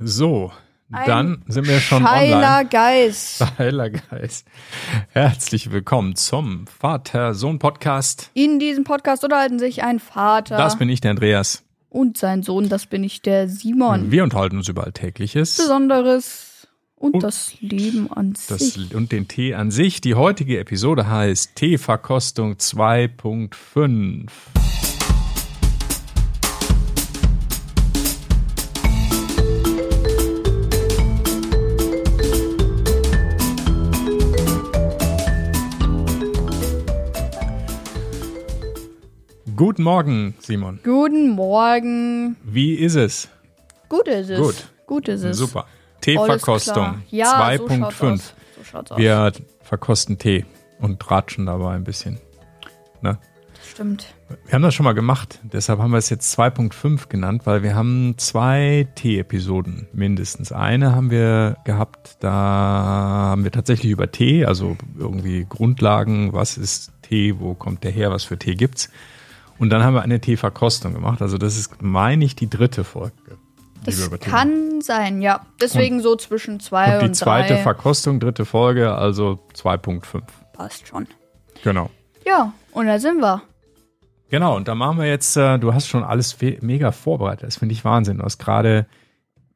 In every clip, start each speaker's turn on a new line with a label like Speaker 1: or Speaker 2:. Speaker 1: So,
Speaker 2: Ein
Speaker 1: dann sind wir schon
Speaker 2: Heiler
Speaker 1: online.
Speaker 2: Geist.
Speaker 1: Heiler Geist. Herzlich willkommen zum Vater-Sohn-Podcast.
Speaker 2: In diesem Podcast unterhalten sich ein Vater
Speaker 1: Das bin ich, der Andreas.
Speaker 2: und sein Sohn, das bin ich, der Simon.
Speaker 1: Wir unterhalten uns über Alltägliches
Speaker 2: Besonderes und,
Speaker 1: Und
Speaker 2: das Leben an
Speaker 1: das,
Speaker 2: sich.
Speaker 1: und den Tee an sich. Die heutige Episode heißt Teeverkostung 2.5. Guten Morgen, Simon.
Speaker 2: Guten Morgen.
Speaker 1: Wie ist es?
Speaker 2: Gut ist es.
Speaker 1: Gut.
Speaker 2: Gut ist es.
Speaker 1: Super.
Speaker 2: Alles
Speaker 1: Teeverkostung
Speaker 2: klar. Ja,
Speaker 1: 2.5.
Speaker 2: So schaut's aus. So schaut's aus.
Speaker 1: Wir verkosten Tee und tratschen dabei ein bisschen. Ne?
Speaker 2: Stimmt.
Speaker 1: Wir haben das schon mal gemacht, deshalb haben wir es jetzt 2.5 genannt, weil wir haben zwei Tee-Episoden mindestens. Eine haben wir gehabt, da haben wir tatsächlich über Tee, also irgendwie Grundlagen, was ist Tee, wo kommt der her, was für Tee gibt's. Und dann haben wir eine Teeverkostung gemacht. Also das ist, meine ich, die dritte Folge. die wir
Speaker 2: Das
Speaker 1: über Tee
Speaker 2: kann sein, ja. Deswegen so zwischen zwei
Speaker 1: und
Speaker 2: und,
Speaker 1: die zweite
Speaker 2: drei
Speaker 1: Verkostung, dritte Folge, also 2.5.
Speaker 2: passt schon.
Speaker 1: Genau.
Speaker 2: Ja, und da sind wir.
Speaker 1: Genau, und da machen wir jetzt, äh, du hast schon alles fe- mega vorbereitet. Das finde ich Wahnsinn. Du hast gerade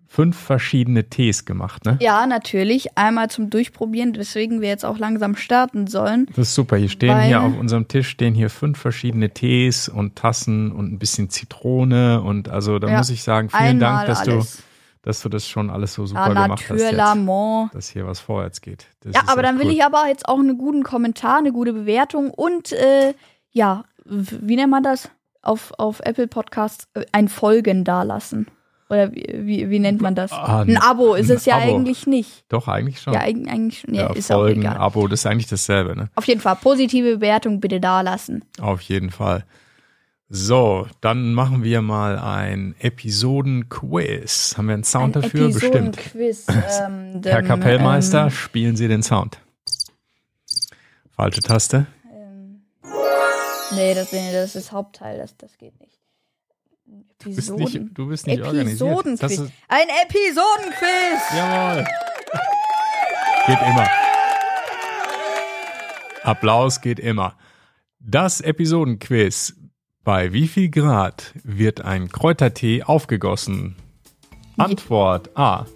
Speaker 1: fünf verschiedene Tees gemacht, ne?
Speaker 2: Ja, natürlich. Einmal zum Durchprobieren, weswegen wir jetzt auch langsam starten sollen.
Speaker 1: Das ist super. Hier stehen
Speaker 2: Weil-
Speaker 1: hier auf unserem Tisch stehen hier fünf verschiedene Tees und Tassen und ein bisschen Zitrone und also da
Speaker 2: Ja.
Speaker 1: muss ich sagen, vielen
Speaker 2: Einmal
Speaker 1: Dank, dass
Speaker 2: alles.
Speaker 1: du, dass du das schon alles so super
Speaker 2: Ja,
Speaker 1: gemacht hast, jetzt,
Speaker 2: Naturlamont.
Speaker 1: dass hier was vorwärts geht. Das
Speaker 2: Ja,
Speaker 1: ist
Speaker 2: aber
Speaker 1: echt
Speaker 2: dann will
Speaker 1: cool.
Speaker 2: ich aber jetzt auch einen guten Kommentar, eine gute Bewertung und äh, ja, w- wie nennt man das? Auf, auf Apple Podcasts äh, ein Folgen dalassen. Oder wie, wie, wie nennt man das?
Speaker 1: Ah,
Speaker 2: ein Abo ist
Speaker 1: ein
Speaker 2: es ja
Speaker 1: Abo.
Speaker 2: eigentlich nicht.
Speaker 1: doch eigentlich schon.
Speaker 2: Ja, eig- eigentlich schon. Nee,
Speaker 1: Ja,
Speaker 2: ist
Speaker 1: Folgen,
Speaker 2: auch egal.
Speaker 1: Abo, das ist eigentlich dasselbe, ne?
Speaker 2: Auf jeden Fall, positive Bewertung bitte dalassen.
Speaker 1: Auf jeden Fall. So, dann machen wir mal ein Episoden-Quiz. Haben wir einen Sound dafür? Bestimmt.
Speaker 2: Episodenquiz. Ähm,
Speaker 1: Herr
Speaker 2: dem, ähm,
Speaker 1: Kapellmeister, spielen Sie den Sound. Falsche Taste.
Speaker 2: Ähm, nee, das, nee, das ist Hauptteil, das, das geht nicht.
Speaker 1: Du bist
Speaker 2: Episoden.
Speaker 1: nicht, du bist nicht organisiert. Das
Speaker 2: Episodenquiz.
Speaker 1: ist,
Speaker 2: Ein Episodenquiz!
Speaker 1: jawohl. Geht immer. Applaus geht immer. Das Episodenquiz. Bei wie viel Grad wird ein Kräutertee aufgegossen? Antwort A.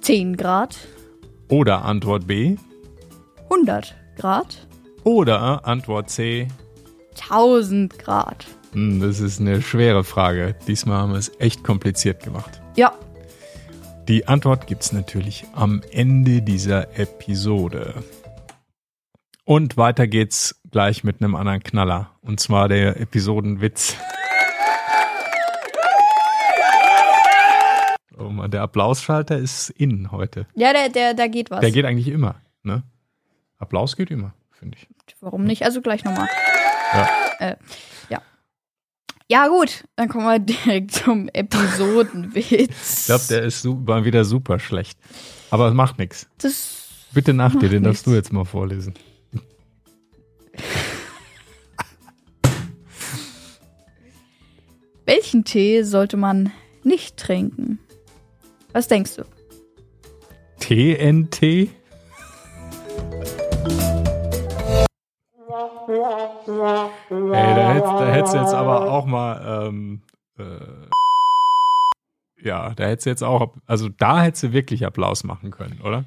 Speaker 2: 10 Grad,
Speaker 1: Oder Antwort B.
Speaker 2: 100 Grad,
Speaker 1: Oder Antwort C.
Speaker 2: 1000 Grad.
Speaker 1: Hm, das ist eine schwere Frage. Diesmal haben wir es echt kompliziert gemacht.
Speaker 2: Ja,
Speaker 1: Die Antwort gibt's natürlich am Ende dieser Episode. Und weiter geht's gleich mit einem anderen Knaller. Und zwar der Episodenwitz. Oh Mann, der Applausschalter ist in heute.
Speaker 2: ja der, der, da geht was.
Speaker 1: Der geht eigentlich immer. Ne? Applaus geht immer, finde ich.
Speaker 2: Warum nicht? Also gleich nochmal.
Speaker 1: Ja.
Speaker 2: Äh, ja. ja, gut, dann kommen wir direkt zum Episodenwitz.
Speaker 1: Ich glaube, der ist su- war wieder super schlecht. Aber es macht nichts.
Speaker 2: das
Speaker 1: Bitte nach dir, den darfst
Speaker 2: nichts.
Speaker 1: du jetzt mal vorlesen.
Speaker 2: Welchen Tee sollte man nicht trinken? Was denkst du?
Speaker 1: TNT? Ey, da hättest, da hättest du jetzt aber auch mal, ähm, äh, ja, da hättest du jetzt auch, also da hättest du wirklich Applaus machen können, oder?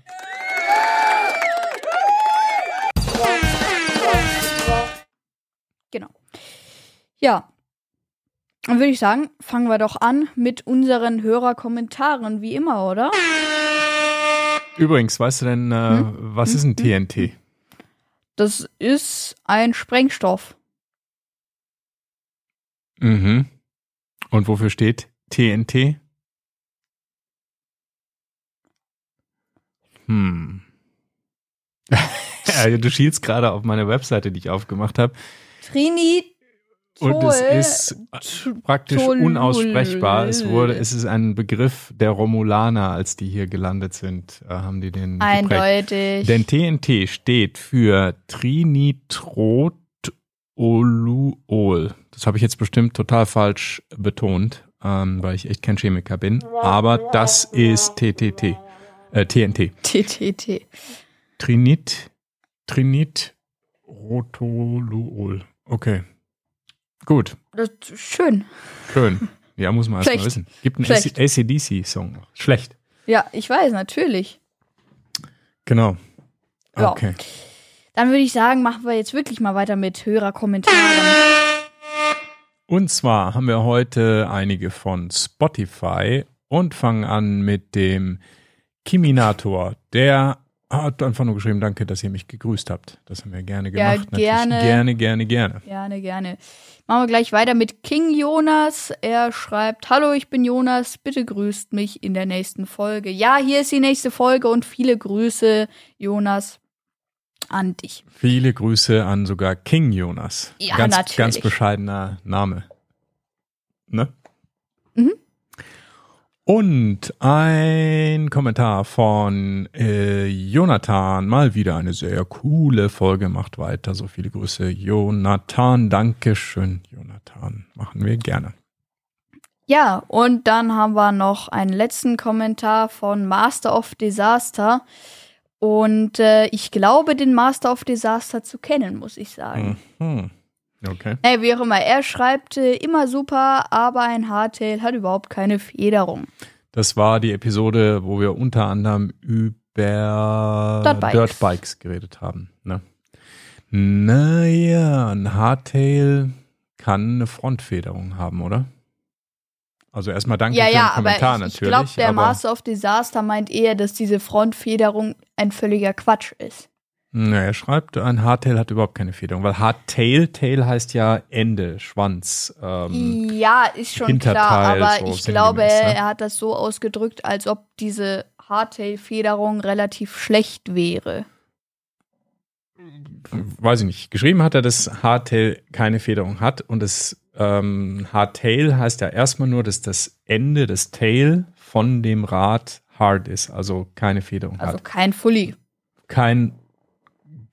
Speaker 2: Genau. Ja. Dann würde ich sagen, fangen wir doch an mit unseren Hörerkommentaren, wie immer, oder?
Speaker 1: Übrigens, weißt du denn, äh, was ist ein TNT?
Speaker 2: Das ist ein Sprengstoff.
Speaker 1: Mhm. Und wofür steht TNT? Hm. Ja, du schielst gerade auf meine Webseite, die ich aufgemacht habe.
Speaker 2: Trinitol.
Speaker 1: Und es ist praktisch
Speaker 2: Tol-
Speaker 1: unaussprechbar. Es wurde, es ist ein Begriff der Romulaner, als die hier gelandet sind, äh, haben die den geprägt.
Speaker 2: eindeutig.
Speaker 1: Denn TNT steht für Trinitrotoluol. Das habe ich jetzt bestimmt total falsch betont. ähm, weil ich echt kein Chemiker bin. Aber das ist TTT, äh, TNT.
Speaker 2: TTT.
Speaker 1: Trinit, Trinitrotoluol. Okay. Gut,
Speaker 2: Das ist schön.
Speaker 1: schön. Ja, muss man erstmal
Speaker 2: Schlecht.
Speaker 1: wissen. Gibt einen
Speaker 2: Schlecht.
Speaker 1: ACDC-Song. Schlecht.
Speaker 2: Ja, ich weiß, natürlich.
Speaker 1: Genau.
Speaker 2: Ja.
Speaker 1: Okay.
Speaker 2: Dann würde ich sagen, machen wir jetzt wirklich mal weiter mit Hörerkommentaren.
Speaker 1: Und zwar haben wir heute einige von Spotify und fangen an mit dem Kiminator. Der hat einfach nur geschrieben, danke, dass ihr mich gegrüßt habt. Das haben wir gerne
Speaker 2: Ja,
Speaker 1: gemacht. natürlich.
Speaker 2: gerne.
Speaker 1: Gerne, gerne, gerne.
Speaker 2: Gerne, gerne. Machen wir gleich weiter mit King Jonas. Er schreibt: Hallo, ich bin Jonas. Bitte grüßt mich in der nächsten Folge. Ja, hier ist die nächste Folge und viele Grüße, Jonas, an dich.
Speaker 1: Viele Grüße an sogar King Jonas.
Speaker 2: Ja,
Speaker 1: ganz,
Speaker 2: natürlich.
Speaker 1: Ganz bescheidener Name. Ne?
Speaker 2: Mhm.
Speaker 1: Und ein Kommentar von äh, Jonathan. Mal wieder eine sehr coole Folge. Macht weiter. So viele Grüße, Jonathan. Dankeschön, Jonathan. Machen wir gerne.
Speaker 2: Ja, und dann haben wir noch einen letzten Kommentar von Master of Disaster. Und äh, ich glaube, den Master of Disaster zu kennen, muss ich sagen.
Speaker 1: Mhm. Okay.
Speaker 2: Naja, wie auch immer, er schreibt äh, immer super, aber ein Hardtail hat überhaupt keine Federung.
Speaker 1: Das war die Episode, wo wir unter anderem über
Speaker 2: Dirtbikes.
Speaker 1: Dirtbikes geredet haben. Ne? Naja, ein Hardtail kann eine Frontfederung haben, oder? Also erstmal danke
Speaker 2: ja,
Speaker 1: für
Speaker 2: ja,
Speaker 1: den Kommentar
Speaker 2: aber ich, ich
Speaker 1: natürlich.
Speaker 2: glaube, der
Speaker 1: aber,
Speaker 2: Master of Disaster meint eher, dass diese Frontfederung ein völliger Quatsch ist.
Speaker 1: Na, er schreibt, ein Hardtail hat überhaupt keine Federung, weil Hardtail, Tail heißt ja Ende, Schwanz. Ähm,
Speaker 2: ja, ist schon klar,
Speaker 1: Hinterteil,
Speaker 2: aber
Speaker 1: so
Speaker 2: ich
Speaker 1: sinngemäß,
Speaker 2: glaube,
Speaker 1: ne?
Speaker 2: er hat das so ausgedrückt, als ob diese Hardtail-Federung relativ schlecht wäre.
Speaker 1: weiß ich nicht, geschrieben hat er, dass Hardtail keine Federung hat und das ähm, Hardtail heißt ja erstmal nur, dass das Ende des Tail von dem Rad hard ist, also keine Federung
Speaker 2: Also
Speaker 1: hat.
Speaker 2: kein Fully.
Speaker 1: Kein,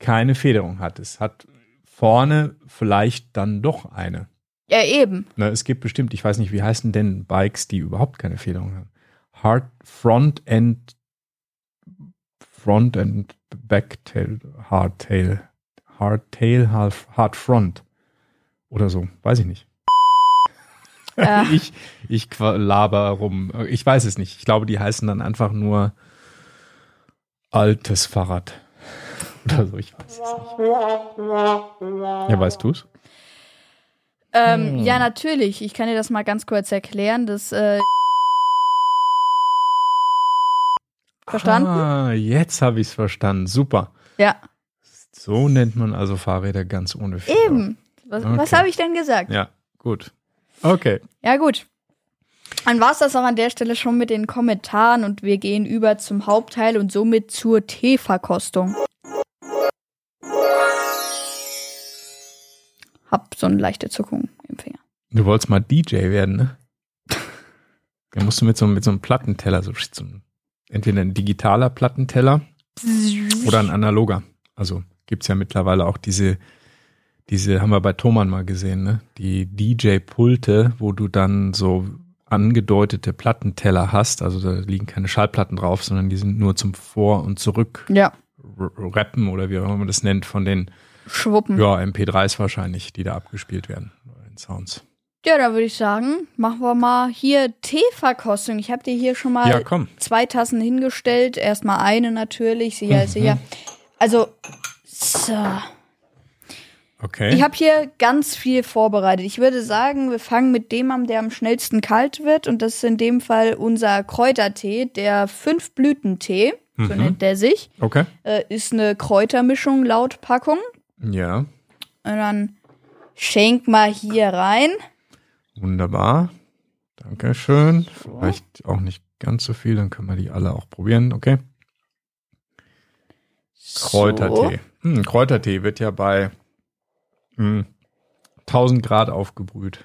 Speaker 1: keine Federung hat. Es hat vorne vielleicht dann doch eine.
Speaker 2: Ja, eben.
Speaker 1: Na, es gibt bestimmt, ich weiß nicht, wie heißen denn Bikes, die überhaupt keine Federung haben? Hard Front End Front and Backtail Hardtail Hardtail Half- Hard Front oder so, weiß ich nicht.
Speaker 2: Äh,
Speaker 1: Ich ich qua- laber rum. Ich weiß es nicht. Ich glaube, die heißen dann einfach nur altes Fahrrad oder so, ich weiß es nicht. Ja, weißt du's? Hm.
Speaker 2: ähm, Ja, natürlich. Ich kann dir das mal ganz kurz erklären. Das, äh, Verstanden?
Speaker 1: Ah, jetzt habe ich es verstanden. Super.
Speaker 2: ja,
Speaker 1: So nennt man also Fahrräder ganz ohne Feder.
Speaker 2: eben. Was, was
Speaker 1: Okay.
Speaker 2: habe ich denn gesagt?
Speaker 1: Ja, gut. Okay.
Speaker 2: Ja, gut. Dann war's das auch an der Stelle schon mit den Kommentaren und wir gehen über zum Hauptteil und somit zur Teeverkostung. Hab so eine leichte Zuckung im Finger.
Speaker 1: Du wolltest mal DJ werden, ne? Da musst du mit so, mit so einem Plattenteller, so, so einem- entweder ein digitaler Plattenteller oder ein analoger. Also gibt's ja mittlerweile auch diese, diese haben wir bei Thomann mal gesehen, ne? Die DJ-Pulte, wo du dann so angedeutete Plattenteller hast. Also da liegen keine Schallplatten drauf, sondern die sind nur zum Vor- und Zurück
Speaker 2: Ja,
Speaker 1: R- Rappen oder wie auch immer man das nennt, von den
Speaker 2: schwuppen.
Speaker 1: ja, MP3s wahrscheinlich, die da abgespielt werden. oder in Sounds.
Speaker 2: Ja, dann würde ich sagen, machen wir mal hier Teeverkostung. Ich habe dir hier schon mal
Speaker 1: Ja, komm.
Speaker 2: zwei Tassen hingestellt. Erstmal eine natürlich, sicher, ist sicher. Also, so.
Speaker 1: Okay.
Speaker 2: Ich habe hier ganz viel vorbereitet. Ich würde sagen, wir fangen mit dem an, der am schnellsten kalt wird. Und das ist in dem Fall unser Kräutertee, der Fünfblütentee, so
Speaker 1: Mhm.
Speaker 2: nennt der sich.
Speaker 1: okay.
Speaker 2: Äh, ist eine Kräutermischung laut Packung.
Speaker 1: Ja,
Speaker 2: Und dann schenk mal hier rein.
Speaker 1: wunderbar. Dankeschön. Vielleicht auch nicht ganz so viel, dann können wir die alle auch probieren. Okay. Kräutertee. Hm, Kräutertee wird ja bei hm, 1000 Grad aufgebrüht.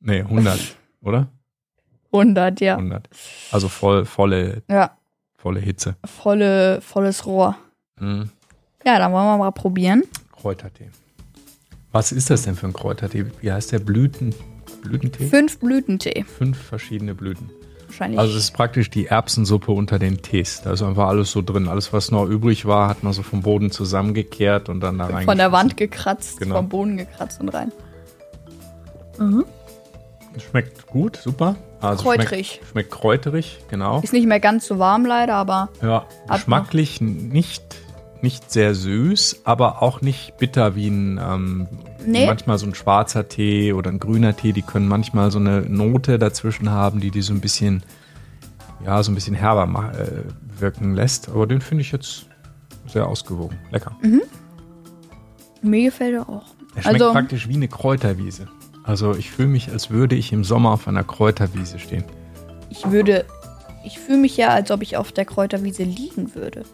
Speaker 1: Nee, 100, oder?
Speaker 2: So, 100, ja.
Speaker 1: 100. Also voll, volle,
Speaker 2: Ja,
Speaker 1: volle Hitze.
Speaker 2: volle, volles Rohr.
Speaker 1: Hm.
Speaker 2: Ja, dann wollen wir mal probieren.
Speaker 1: Kräutertee. Was ist das denn für ein Kräutertee? Wie heißt der Blüten? Blütentee?
Speaker 2: Fünf Blütentee.
Speaker 1: Fünf verschiedene Blüten.
Speaker 2: Wahrscheinlich.
Speaker 1: Also es ist praktisch die Erbsensuppe unter den Tees. Da ist einfach alles so drin. Alles, was noch übrig war, hat man so vom Boden zusammengekehrt und dann da rein.
Speaker 2: von der Wand gekratzt,
Speaker 1: Genau.
Speaker 2: vom Boden gekratzt und rein.
Speaker 1: Schmeckt gut, super. Also
Speaker 2: Kräuterig.
Speaker 1: Schmeckt, schmeckt kräuterig, genau.
Speaker 2: Ist nicht mehr ganz so warm leider, aber
Speaker 1: Ja,
Speaker 2: noch.
Speaker 1: geschmacklich nicht, nicht sehr süß, aber auch nicht bitter wie ein ähm,
Speaker 2: Nee.
Speaker 1: wie manchmal so ein schwarzer Tee oder ein grüner Tee, die können manchmal so eine Note dazwischen haben, die die so ein bisschen ja, so ein bisschen herber ma- äh, wirken lässt, aber den finde ich jetzt sehr ausgewogen, lecker.
Speaker 2: mir gefällt er auch.
Speaker 1: Er schmeckt
Speaker 2: Mhm. Also
Speaker 1: praktisch wie eine Kräuterwiese. Also ich fühle mich, als würde ich im Sommer auf einer Kräuterwiese stehen.
Speaker 2: ich würde, ich fühle mich ja, als ob ich auf der Kräuterwiese liegen würde.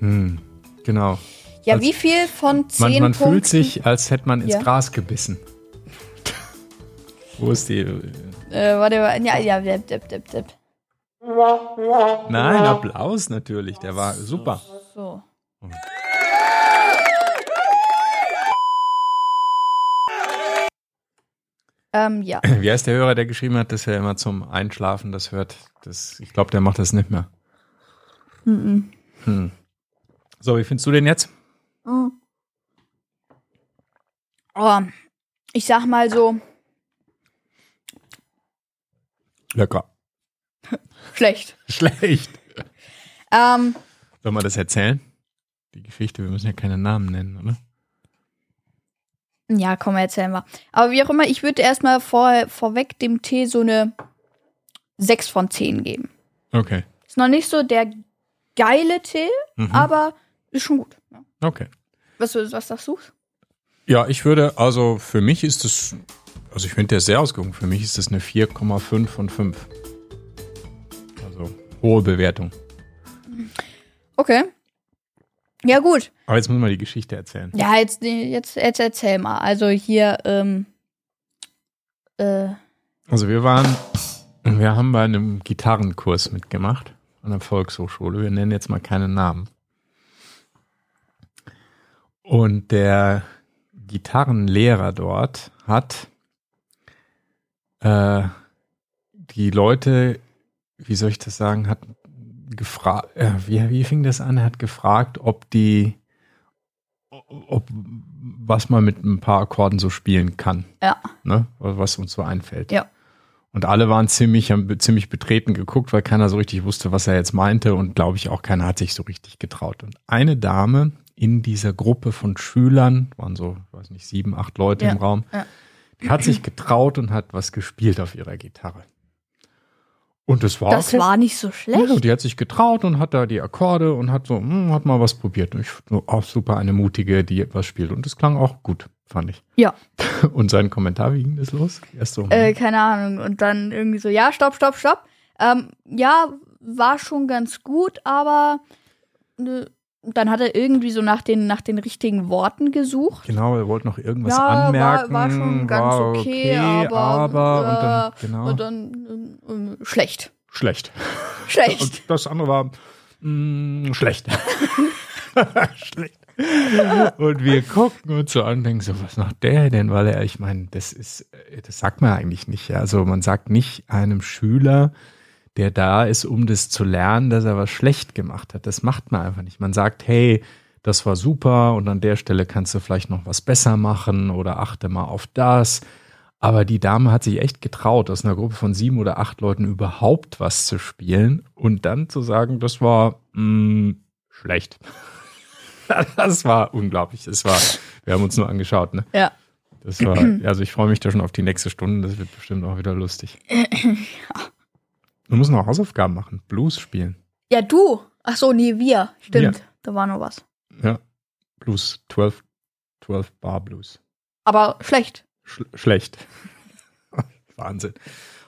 Speaker 1: Genau.
Speaker 2: Ja,
Speaker 1: Als-
Speaker 2: wie viel von
Speaker 1: Man,
Speaker 2: zehn
Speaker 1: man
Speaker 2: Punkten?
Speaker 1: fühlt sich, als hätte man ins
Speaker 2: Ja.
Speaker 1: Gras gebissen. Wo ist die?
Speaker 2: Äh, warte, warte, ja, ja, dip, dip, dip, dip.
Speaker 1: Nein,
Speaker 2: Genau.
Speaker 1: Applaus natürlich, der war super.
Speaker 2: So. Ähm, ja.
Speaker 1: Wie heißt der Hörer, der geschrieben hat, dass er immer zum Einschlafen das hört? Das, ich glaube, der macht das nicht mehr.
Speaker 2: Mm,
Speaker 1: Hm. So, wie findest du den jetzt?
Speaker 2: Oh, ich sag mal so,
Speaker 1: Lecker.
Speaker 2: schlecht.
Speaker 1: Schlecht.
Speaker 2: Ähm,
Speaker 1: Soll man das erzählen? Die Geschichte, wir müssen ja keine Namen nennen, oder?
Speaker 2: ja, komm, erzählen wir. Aber wie auch immer, ich würde erstmal vor, vorweg dem Tee so eine 6 von 10 geben.
Speaker 1: Okay.
Speaker 2: Ist noch nicht so der geile Tee,
Speaker 1: Mhm.
Speaker 2: aber ist schon gut. Ja.
Speaker 1: Okay.
Speaker 2: Was, was sagst du?
Speaker 1: Ja, ich würde, also für mich ist das, also ich finde der sehr ausgewogen. Für mich ist das eine 4,5 von 5. Also hohe Bewertung.
Speaker 2: Okay. Ja, gut.
Speaker 1: Aber jetzt müssen wir die Geschichte erzählen.
Speaker 2: Ja, jetzt, nee, jetzt, jetzt erzähl mal. Also hier, ähm, äh,
Speaker 1: Also wir waren, wir haben bei einem Gitarrenkurs mitgemacht an der Volkshochschule. Wir nennen jetzt mal keine Namen. Und der Gitarrenlehrer dort hat äh, die Leute, wie soll ich das sagen, hat gefragt, äh, wie, wie fing das an? Er hat gefragt, ob die, ob was man mit ein paar Akkorden so spielen kann
Speaker 2: ja.
Speaker 1: ne, was uns so einfällt.
Speaker 2: Ja.
Speaker 1: Und alle waren ziemlich, haben be- ziemlich betreten geguckt, weil keiner so richtig wusste, was er jetzt meinte und glaube ich auch keiner hat sich so richtig getraut. Und eine Dame in dieser Gruppe von Schülern, waren so, ich weiß nicht, sieben, acht Leute
Speaker 2: Ja,
Speaker 1: im Raum,
Speaker 2: ja.
Speaker 1: die hat sich getraut und hat was gespielt auf ihrer Gitarre. Und es war
Speaker 2: Das
Speaker 1: okay.
Speaker 2: war nicht so
Speaker 1: Ja,
Speaker 2: schlecht.
Speaker 1: die hat sich getraut und hat da die Akkorde und hat so, hm, hat mal was probiert. Und ich so, oh, super, eine mutige, die etwas spielt. Und es klang auch gut, fand ich.
Speaker 2: Ja.
Speaker 1: Und sein Kommentar, wie ging das los? Erst so, hm,
Speaker 2: Äh, keine Ahnung. Und dann irgendwie so, ja, stopp, stopp, stopp. Ähm, ja, war schon ganz gut, aber äh, dann hat er irgendwie so nach den, nach den richtigen Worten gesucht.
Speaker 1: Genau, er wollte noch irgendwas
Speaker 2: ja,
Speaker 1: anmerken.
Speaker 2: war, war schon ganz
Speaker 1: war
Speaker 2: okay, aber, äh,
Speaker 1: aber und dann, genau,
Speaker 2: und dann ähm, ähm, schlecht.
Speaker 1: schlecht.
Speaker 2: Schlecht.
Speaker 1: Und das andere war mm, schlecht. schlecht. Und wir gucken uns so an und denken so, was macht der denn? Weil er, ich meine, das ist, äh, das sagt man eigentlich nicht. ja. Also man sagt nicht einem Schüler, der da ist, um das zu lernen, dass er was schlecht gemacht hat. Das macht man einfach nicht. Man sagt, hey, das war super und an der Stelle kannst du vielleicht noch was besser machen oder achte mal auf das. Aber die Dame hat sich echt getraut, aus einer Gruppe von sieben oder acht Leuten überhaupt was zu spielen und dann zu sagen, das war mh, schlecht. Das war unglaublich. Das war, wir haben uns nur angeschaut. Ne?
Speaker 2: Ja.
Speaker 1: Das war, also ich freue mich da schon auf die nächste Stunde. Das wird bestimmt auch wieder lustig. Wir müssen noch Hausaufgaben machen, Blues spielen.
Speaker 2: Ja, du. Ach so, nee, wir. Stimmt. Da war noch was.
Speaker 1: Ja, Blues, 12, 12 Bar Blues.
Speaker 2: Aber schlecht.
Speaker 1: Schl schlecht. Wahnsinn.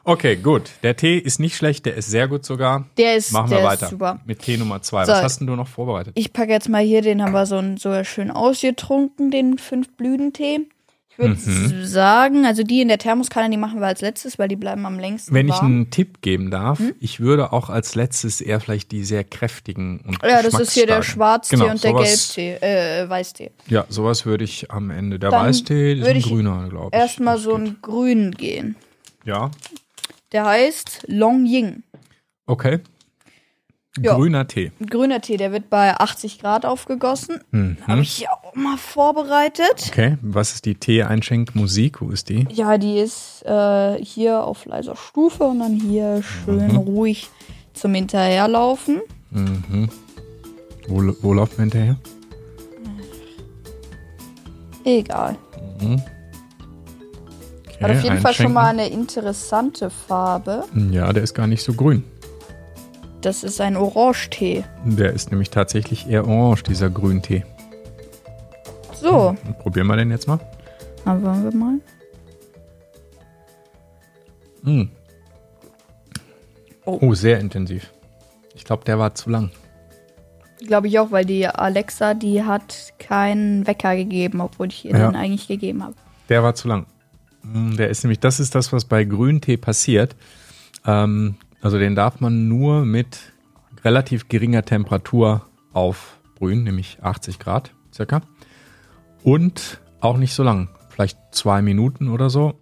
Speaker 1: Okay, gut. Der Tee ist nicht schlecht, der ist sehr gut sogar.
Speaker 2: Der ist,
Speaker 1: Machen
Speaker 2: der
Speaker 1: wir
Speaker 2: ist
Speaker 1: weiter
Speaker 2: super.
Speaker 1: mit Tee Nummer zwei.
Speaker 2: So.
Speaker 1: Was hast denn du noch vorbereitet?
Speaker 2: Ich packe jetzt mal hier, den haben wir so, so schön ausgetrunken, den Fünf-Blütentee. Ich würde
Speaker 1: Mhm.
Speaker 2: sagen, also die in der Thermoskanne, die machen wir als letztes, weil die bleiben am längsten
Speaker 1: Wenn ich
Speaker 2: warm.
Speaker 1: einen Tipp geben darf,
Speaker 2: Hm?
Speaker 1: ich würde auch als letztes eher vielleicht die sehr kräftigen und
Speaker 2: ja, das ist hier der
Speaker 1: geschmacksstarken- Genau,
Speaker 2: Schwarztee und der
Speaker 1: sowas-
Speaker 2: Gelbtee, äh, Weißtee.
Speaker 1: Ja, sowas würde ich am Ende. Der
Speaker 2: Dann
Speaker 1: Weißtee ist
Speaker 2: würde
Speaker 1: ein
Speaker 2: ich
Speaker 1: grüner, glaube ich.
Speaker 2: Erstmal
Speaker 1: Das
Speaker 2: so
Speaker 1: geht.
Speaker 2: einen grünen gehen.
Speaker 1: Ja,
Speaker 2: Der heißt Long Ying.
Speaker 1: okay.
Speaker 2: Ja.
Speaker 1: Grüner Tee.
Speaker 2: Ein grüner Tee, der wird bei 80 Grad aufgegossen.
Speaker 1: Mhm.
Speaker 2: Habe ich hier auch mal vorbereitet.
Speaker 1: Okay, was ist die Tee-Einschenk-Musik? Wo ist die?
Speaker 2: Ja, die ist äh, hier auf leiser Stufe und dann hier schön
Speaker 1: Mhm.
Speaker 2: ruhig zum Hinterherlaufen.
Speaker 1: Wo, wo läuft man hinterher?
Speaker 2: Egal.
Speaker 1: Okay,
Speaker 2: Hat auf jeden Fall schon
Speaker 1: einschenken.
Speaker 2: mal eine interessante Farbe.
Speaker 1: Ja, der ist gar nicht so grün.
Speaker 2: Das ist ein Orangetee.
Speaker 1: Der ist nämlich tatsächlich eher orange, dieser Grüntee. Hm.
Speaker 2: So,
Speaker 1: Probieren wir den jetzt mal.
Speaker 2: dann wollen wir mal.
Speaker 1: Oh, sehr intensiv. Ich glaube, der war zu lang.
Speaker 2: Glaube ich auch, weil die Alexa, die hat keinen Wecker gegeben, obwohl ich ihr
Speaker 1: Ja.
Speaker 2: den eigentlich gegeben habe.
Speaker 1: Der war zu lang. Mm, Der ist nämlich, das ist das, was bei Grüntee passiert. Ähm, also den darf man nur mit relativ geringer Temperatur aufbrühen, nämlich 80 Grad circa. Und auch nicht so lang, vielleicht zwei Minuten oder so.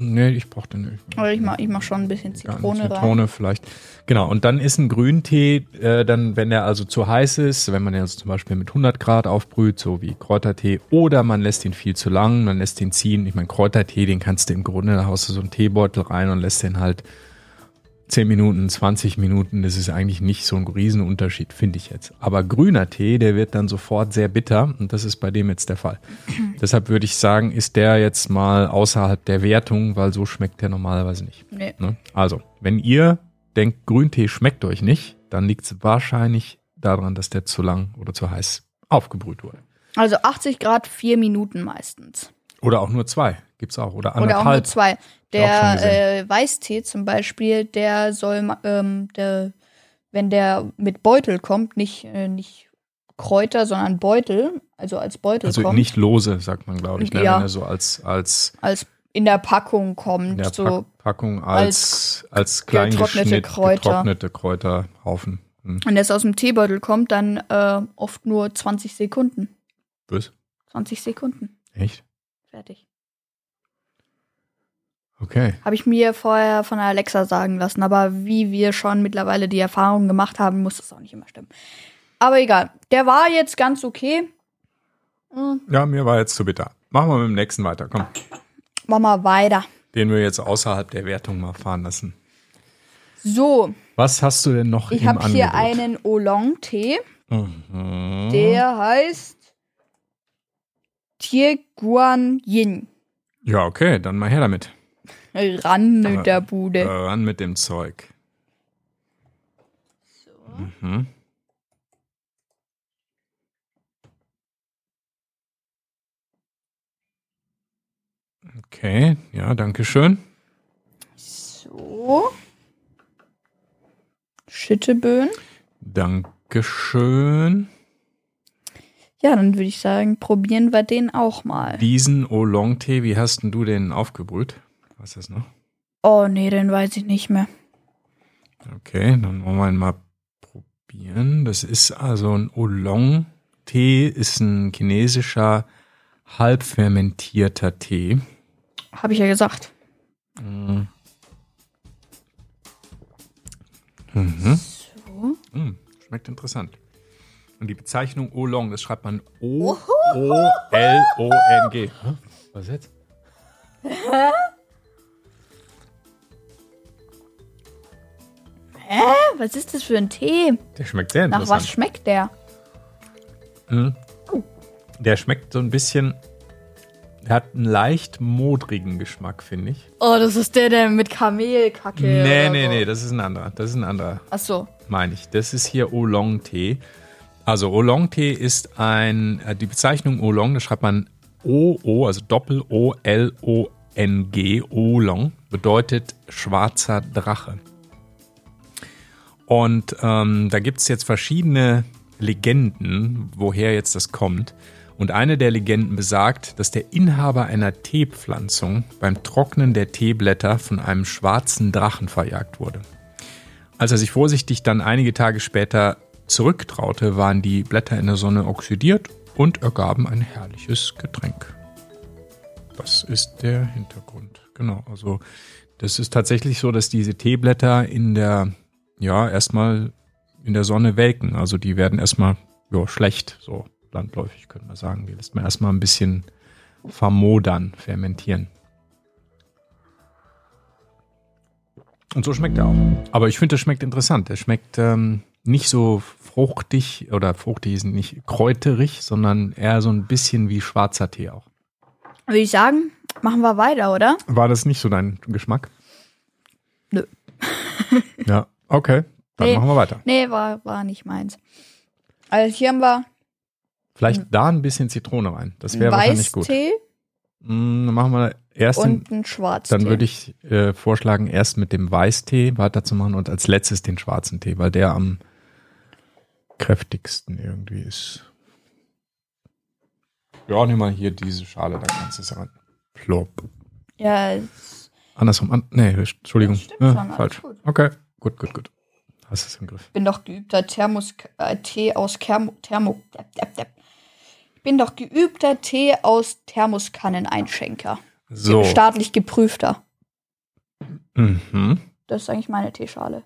Speaker 1: Nee, ich brauche den nicht.
Speaker 2: Aber ich mache ich mach schon ein bisschen
Speaker 1: Gar nicht.
Speaker 2: Zitrone rein.
Speaker 1: Zitrone vielleicht. Genau, und dann ist ein Grüntee, äh, dann, wenn der also zu heiß ist, wenn man den also zum Beispiel mit 100 Grad aufbrüht, so wie Kräutertee, oder man lässt ihn viel zu lang, man lässt ihn ziehen. Ich meine, Kräutertee, den kannst du im Grunde, da haust du so einen Teebeutel rein und lässt den halt 10 Minuten, 20 Minuten, das ist eigentlich nicht so ein Riesenunterschied, finde ich jetzt. Aber grüner Tee, der wird dann sofort sehr bitter und das ist bei dem jetzt der Fall. Deshalb würde ich sagen, ist der jetzt mal außerhalb der Wertung, weil so schmeckt der normalerweise nicht.
Speaker 2: Nee.
Speaker 1: Ne? Also, wenn ihr denkt, Grüntee schmeckt euch nicht, dann liegt es wahrscheinlich daran, dass der zu lang oder zu heiß aufgebrüht wurde.
Speaker 2: Also 80 Grad, vier Minuten meistens.
Speaker 1: Oder auch nur zwei, gibt's auch. Oder
Speaker 2: Oder auch nur
Speaker 1: anderthalb.
Speaker 2: zwei.
Speaker 1: auch schon
Speaker 2: Der
Speaker 1: gesehen.
Speaker 2: äh, Weißtee zum Beispiel, der soll, ma- ähm, der, wenn der mit Beutel kommt, nicht, äh, nicht Kräuter, sondern Beutel, also als Beutel
Speaker 1: also
Speaker 2: kommt,
Speaker 1: nicht lose, sagt man, glaube ich. Ne?
Speaker 2: Ja.
Speaker 1: Wenn er so als, als
Speaker 2: als in der Packung kommt,
Speaker 1: in der
Speaker 2: so
Speaker 1: Pack Packung, als, als klein
Speaker 2: getrocknete
Speaker 1: geschnitt-
Speaker 2: Kräuter.
Speaker 1: getrocknete Kräuterhaufen. Hm.
Speaker 2: wenn das aus dem Teebeutel kommt, dann äh, oft nur 20 Sekunden.
Speaker 1: Was?
Speaker 2: 20 Sekunden.
Speaker 1: Echt?
Speaker 2: Fertig.
Speaker 1: Okay.
Speaker 2: Habe ich mir vorher von Alexa sagen lassen, aber wie wir schon mittlerweile die Erfahrung gemacht haben, muss das auch nicht immer stimmen. Aber egal. Der war jetzt ganz okay. Hm,
Speaker 1: Ja, mir war jetzt zu bitter. Machen wir mit dem nächsten weiter. Komm,
Speaker 2: Machen wir weiter.
Speaker 1: den wir jetzt außerhalb der Wertung mal fahren lassen.
Speaker 2: So,
Speaker 1: Was hast du denn noch
Speaker 2: ich
Speaker 1: im
Speaker 2: habe
Speaker 1: Angebot?
Speaker 2: hier einen Oolong-Tee,
Speaker 1: Mhm.
Speaker 2: der heißt Tierguan Yin.
Speaker 1: Ja, okay, dann mal her damit.
Speaker 2: Ran
Speaker 1: Äh,
Speaker 2: mit der Bude.
Speaker 1: Ran mit dem Zeug. Mhm. Okay, ja, danke schön.
Speaker 2: So. Schütteböen.
Speaker 1: Dankeschön.
Speaker 2: Ja, dann würde ich sagen, probieren wir den auch mal.
Speaker 1: Diesen Oolong-Tee, wie hast denn du den aufgebrüht? Was ist das noch?
Speaker 2: Oh nee, den weiß ich nicht mehr.
Speaker 1: Okay, dann wollen wir ihn mal probieren. Das ist also ein Oolong-Tee, ist ein chinesischer halbfermentierter Tee.
Speaker 2: Habe ich ja gesagt.
Speaker 1: Mhm.
Speaker 2: So.
Speaker 1: Mm, schmeckt interessant. Und die Bezeichnung Oolong, das schreibt man O-O-L-O-N-G. Hä? Was jetzt?
Speaker 2: Was ist das für ein Tee?
Speaker 1: Der schmeckt sehr
Speaker 2: Nach was
Speaker 1: interessant.
Speaker 2: schmeckt der?
Speaker 1: Der schmeckt so ein bisschen, der hat einen leicht modrigen Geschmack, finde ich.
Speaker 2: Oh, das ist der, der mit Kamelkacke.
Speaker 1: Nee,
Speaker 2: oder
Speaker 1: nee,
Speaker 2: so.
Speaker 1: nee, das ist ein anderer. Das ist ein anderer.
Speaker 2: Ach so.
Speaker 1: meine ich. Das ist hier Oolong-Tee. Also Oolong-Tee ist ein, äh, die Bezeichnung Oolong, da schreibt man O-O, also Doppel-O-L-O-N-G, Oolong, bedeutet schwarzer Drache. Und ähm, da gibt es jetzt verschiedene Legenden, woher jetzt das kommt. Und eine der Legenden besagt, dass der Inhaber einer Teepflanzung beim Trocknen der Teeblätter von einem schwarzen Drachen verjagt wurde. Als er sich vorsichtig dann einige Tage später zurücktraute, waren die Blätter in der Sonne oxidiert und ergaben ein herrliches Getränk. Das ist der Hintergrund. Genau, also das ist tatsächlich so, dass diese Teeblätter in der, ja, erstmal in der Sonne welken. Also die werden erstmal ja, schlecht, so landläufig könnte man sagen. Die lässt man erstmal ein bisschen vermodern, fermentieren. Und so schmeckt er auch. Aber ich finde, der schmeckt interessant. Der schmeckt ähm, nicht so fruchtig oder fruchtig ist nicht kräuterig, sondern eher so ein bisschen wie schwarzer Tee auch.
Speaker 2: Würde ich sagen, machen wir weiter, oder?
Speaker 1: War das nicht so dein Geschmack?
Speaker 2: Nö.
Speaker 1: ja, okay. Dann
Speaker 2: Nee.
Speaker 1: machen wir weiter.
Speaker 2: Nee, war, war nicht meins. Also hier haben wir
Speaker 1: Vielleicht da ein bisschen Zitrone rein. Das wäre wahrscheinlich gut.
Speaker 2: Weißtee
Speaker 1: Mm, Dann machen wir erst den,
Speaker 2: und einen Schwarztee.
Speaker 1: dann würde ich äh, vorschlagen, erst mit dem Weißtee weiterzumachen und als letztes den schwarzen Tee, weil der am kräftigsten irgendwie ist. Ja, nimm mal hier diese Schale, da kannst du es rein. Plop.
Speaker 2: Ja, es-
Speaker 1: Andersrum an. Nee, Entschuldigung.
Speaker 2: Das stimmt
Speaker 1: Äh,
Speaker 2: schon, alles
Speaker 1: falsch.
Speaker 2: gut.
Speaker 1: Okay, gut, gut, gut. Hast es im Griff.
Speaker 2: ich bin doch geübter Thermos äh, Tee aus Kermo, Thermo. Dep, dep, dep. Ich bin doch geübter Tee aus Thermoskannen-Einschenker.
Speaker 1: So.
Speaker 2: Staatlich geprüfter.
Speaker 1: Mhm.
Speaker 2: Das ist eigentlich meine Teeschale.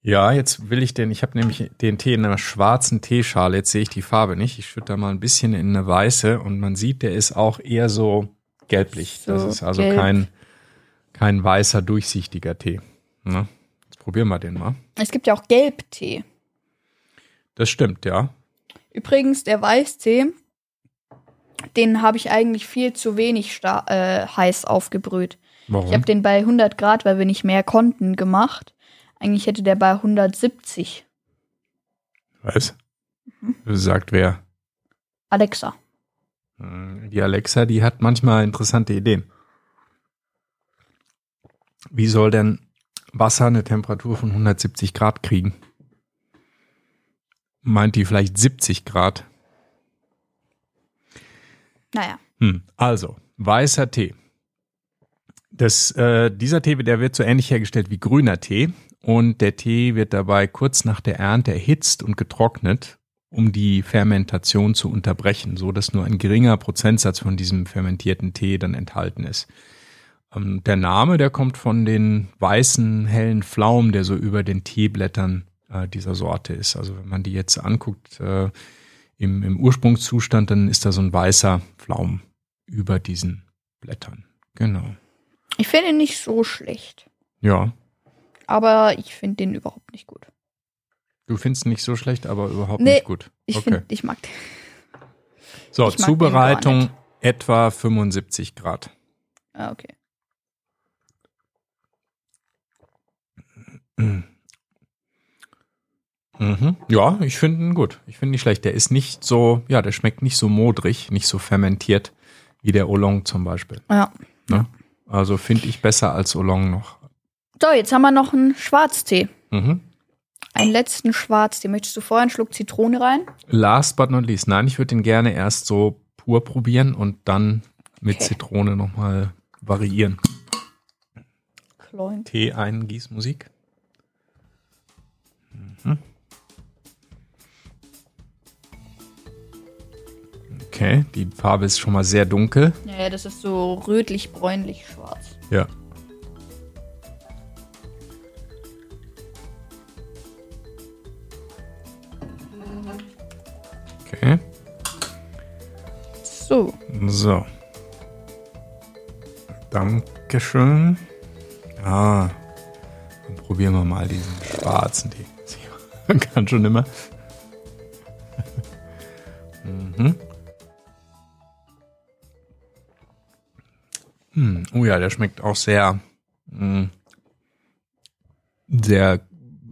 Speaker 1: Ja, jetzt will ich den, ich habe nämlich den Tee in einer schwarzen Teeschale, jetzt sehe ich die Farbe nicht. Ich schütte da mal ein bisschen in eine weiße und man sieht, der ist auch eher so gelblich. das
Speaker 2: So
Speaker 1: ist also
Speaker 2: gelb.
Speaker 1: kein, kein weißer, durchsichtiger Tee. Na, jetzt probieren wir den mal.
Speaker 2: Es gibt ja auch Gelbtee.
Speaker 1: Das stimmt, ja.
Speaker 2: Übrigens, der Weißtee, den habe ich eigentlich viel zu wenig sta- äh, heiß aufgebrüht. Ich
Speaker 1: Warum?
Speaker 2: habe den bei 100 Grad, weil wir nicht mehr konnten, gemacht. Eigentlich hätte der bei 170.
Speaker 1: Was? Sagt wer?
Speaker 2: Alexa.
Speaker 1: Hm, Die Alexa, die hat manchmal interessante Ideen. Wie soll denn Wasser eine Temperatur von 170 Grad kriegen? Meint die vielleicht 70 Grad?
Speaker 2: Naja.
Speaker 1: Hm. Also, weißer Tee. Das, äh, dieser Tee, der wird so ähnlich hergestellt wie grüner Tee. Und der Tee wird dabei kurz nach der Ernte erhitzt und getrocknet, um die Fermentation zu unterbrechen, so dass nur ein geringer Prozentsatz von diesem fermentierten Tee dann enthalten ist. Ähm, der Name, der kommt von den weißen, hellen Pflaumen, der so über den Teeblättern äh, dieser Sorte ist. Also wenn man die jetzt anguckt, äh, im, im Ursprungszustand, dann ist da so ein weißer Pflaum über diesen Blättern. Genau.
Speaker 2: Ich finde ihn nicht so schlecht.
Speaker 1: Ja.
Speaker 2: Aber ich finde den überhaupt nicht gut.
Speaker 1: Du findest ihn nicht so schlecht, aber überhaupt
Speaker 2: Nee,
Speaker 1: nicht gut.
Speaker 2: Ich
Speaker 1: Okay.
Speaker 2: finde, ich mag den.
Speaker 1: So,
Speaker 2: ich mag den gar
Speaker 1: Zubereitung
Speaker 2: nicht.
Speaker 1: etwa 75 Grad.
Speaker 2: Ah, okay.
Speaker 1: Mhm. Ja, ich finde ihn gut. Ich finde ihn nicht schlecht. Der ist nicht so, ja, der schmeckt nicht so modrig, nicht so fermentiert wie der Oolong zum Beispiel.
Speaker 2: Ja.
Speaker 1: Ne? Also finde ich besser als Oolong noch.
Speaker 2: So, jetzt haben wir noch einen Schwarztee.
Speaker 1: Mhm.
Speaker 2: Einen letzten Schwarztee. Möchtest du vorher einen Schluck Zitrone rein?
Speaker 1: Last but not least, nein, ich würde den gerne erst so pur probieren und dann mit
Speaker 2: Okay.
Speaker 1: Zitrone nochmal variieren.
Speaker 2: Klein.
Speaker 1: Tee eingießen, Musik. Mhm. Okay, die Farbe ist schon mal sehr dunkel.
Speaker 2: Naja, das ist so rötlich-bräunlich schwarz.
Speaker 1: Ja. Okay,
Speaker 2: So.
Speaker 1: so. Dankeschön. Ah, dann probieren wir mal diesen schwarzen Tee. Man kann schon immer. mhm. Hm. Oh ja, der schmeckt auch sehr, mm, sehr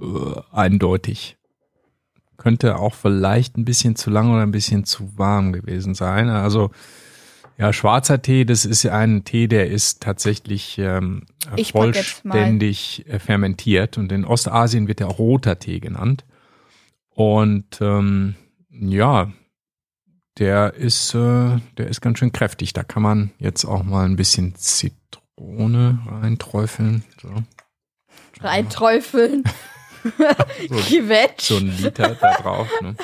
Speaker 1: äh, eindeutig. Könnte auch vielleicht ein bisschen zu lang oder ein bisschen zu warm gewesen sein. Also ja, schwarzer Tee, das ist ja ein Tee, der ist tatsächlich ähm,
Speaker 2: Ich pack jetzt mal.
Speaker 1: vollständig äh, fermentiert und in Ostasien wird der auch roter Tee genannt. Und ähm, ja, Der ist, äh, der ist ganz schön kräftig. Da kann man jetzt auch mal ein bisschen Zitrone reinträufeln. So,
Speaker 2: Reinträufeln.
Speaker 1: so,
Speaker 2: Gewetsch.
Speaker 1: so ein Mhm. Liter da drauf. Ne?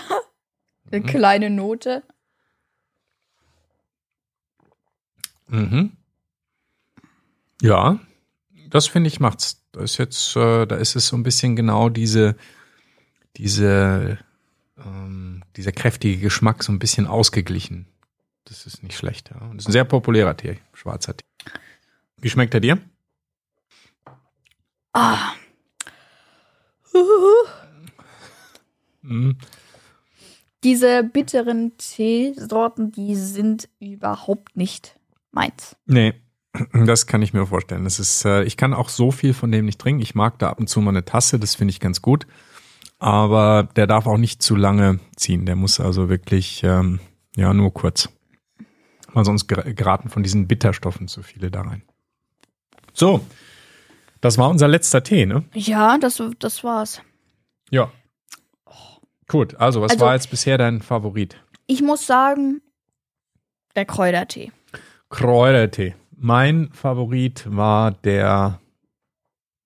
Speaker 2: Eine kleine Note.
Speaker 1: Mhm. Ja, das finde ich macht's. Da ist jetzt, äh, da ist es so ein bisschen genau diese, diese, ähm, dieser kräftige Geschmack so ein bisschen ausgeglichen. Das ist nicht schlecht. Ja. Und das ist ein sehr populärer Tee, schwarzer Tee. Wie schmeckt er dir?
Speaker 2: Ah. Huhuhu.
Speaker 1: Mhm.
Speaker 2: Diese bitteren Teesorten, die sind überhaupt nicht meins.
Speaker 1: Nee, das kann ich mir vorstellen. Das ist, äh, ich kann auch so viel von dem nicht trinken. Ich mag da ab und zu mal eine Tasse, das finde ich ganz gut. Aber der darf auch nicht zu lange ziehen. Der muss also wirklich, ähm, ja, nur kurz. Weil sonst ger- geraten von diesen Bitterstoffen zu viele da rein. So, das war unser letzter Tee, ne?
Speaker 2: Ja, das, das war's.
Speaker 1: Ja. Gut, also was
Speaker 2: Also-
Speaker 1: war jetzt bisher dein Favorit?
Speaker 2: Ich muss sagen, der Kräutertee.
Speaker 1: Kräutertee. Mein Favorit war der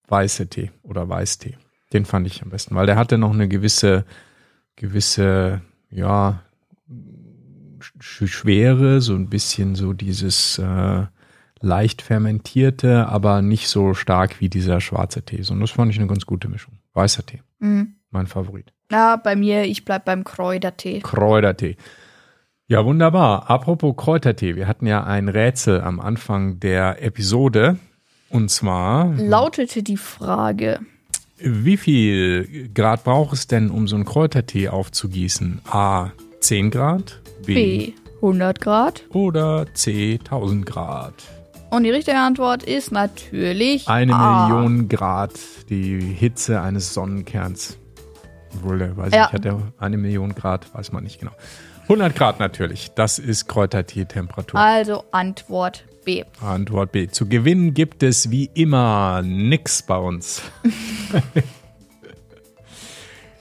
Speaker 1: weiße Tee oder Weißtee. Den fand ich am besten, weil der hatte noch eine gewisse, gewisse, ja, Sch- Schwere, so ein bisschen so dieses äh, leicht fermentierte, aber nicht so stark wie dieser schwarze Tee. Und das fand ich eine ganz gute Mischung. Weißer Tee,
Speaker 2: Mhm.
Speaker 1: mein Favorit.
Speaker 2: Ja, bei mir, ich bleib beim Kräutertee.
Speaker 1: Kräutertee. Ja, wunderbar. Apropos Kräutertee, wir hatten ja ein Rätsel am Anfang der Episode. Und zwar,
Speaker 2: Lautete die Frage.
Speaker 1: wie viel Grad braucht es denn, um so einen Kräutertee aufzugießen? A. 10 Grad, B.
Speaker 2: B. 100 Grad.
Speaker 1: oder C. 1000 Grad.
Speaker 2: Und die richtige Antwort ist natürlich
Speaker 1: Eine
Speaker 2: A.
Speaker 1: Million Grad, die Hitze eines Sonnenkerns. Obwohl, der weiß
Speaker 2: Ja.
Speaker 1: ich, hat er eine Million Grad, weiß man nicht genau. 100 Grad natürlich, das ist Kräutertee-Temperatur.
Speaker 2: Also Antwort B.
Speaker 1: Antwort B. Zu gewinnen gibt es wie immer nix bei uns.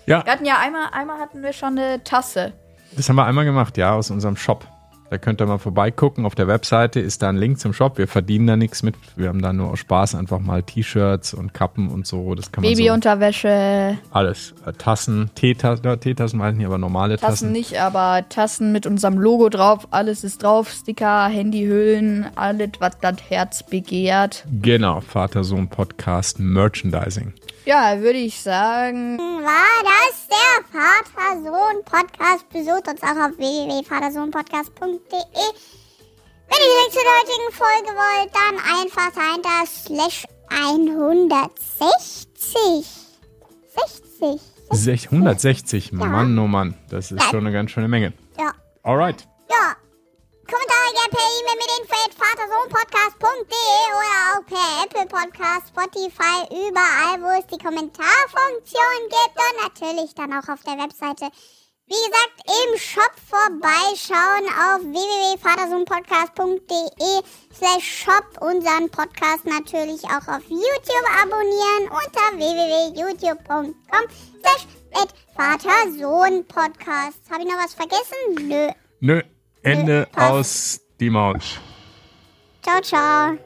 Speaker 1: ja,
Speaker 2: Wir hatten ja einmal, einmal hatten wir schon eine Tasse.
Speaker 1: das haben wir einmal gemacht, ja, aus unserem Shop. Da könnt ihr mal vorbeigucken. Auf der Webseite ist da ein Link zum Shop. Wir verdienen da nichts mit. Wir haben da nur aus Spaß einfach mal T-Shirts und Kappen und so. Das kann man so
Speaker 2: Babyunterwäsche,
Speaker 1: alles. Äh, Tassen, Teetassen, ja, Teetassen meinten hier aber normale
Speaker 2: Tassen,
Speaker 1: Tassen.
Speaker 2: nicht, aber Tassen mit unserem Logo drauf. Alles ist drauf. Sticker, Handyhüllen, alles, was das Herz begehrt.
Speaker 1: Genau, Vater-Sohn-Podcast Merchandising.
Speaker 2: Ja, würde ich sagen.
Speaker 3: war das der Vater-Sohn-Podcast. Besucht uns auch auf www.vatersohnpodcast.de. Wenn ihr direkt zur heutigen Folge wollt, dann einfach dahinter slash 160. 60.
Speaker 2: Oh.
Speaker 1: 60 160, Mann, oh Mann. Das ist schon eine ganz schöne Menge.
Speaker 3: Ja.
Speaker 1: Alright.
Speaker 3: Ja. Kommentare gerne per E-Mail mit info at vatersohnpodcast.de oder auch per Apple Podcast, Spotify, überall, wo es die Kommentarfunktion gibt und natürlich dann auch auf der Webseite. Wie gesagt, im Shop vorbeischauen auf www.vatersohnpodcast.de E slash shop. Unseren Podcast natürlich auch auf YouTube abonnieren unter www.youtube.com slash Vater-Sohn-Podcast. Habe ich noch was vergessen? Nö.
Speaker 1: Nö, Ende
Speaker 3: passt.
Speaker 1: aus die Maus.
Speaker 3: Ciao, ciao.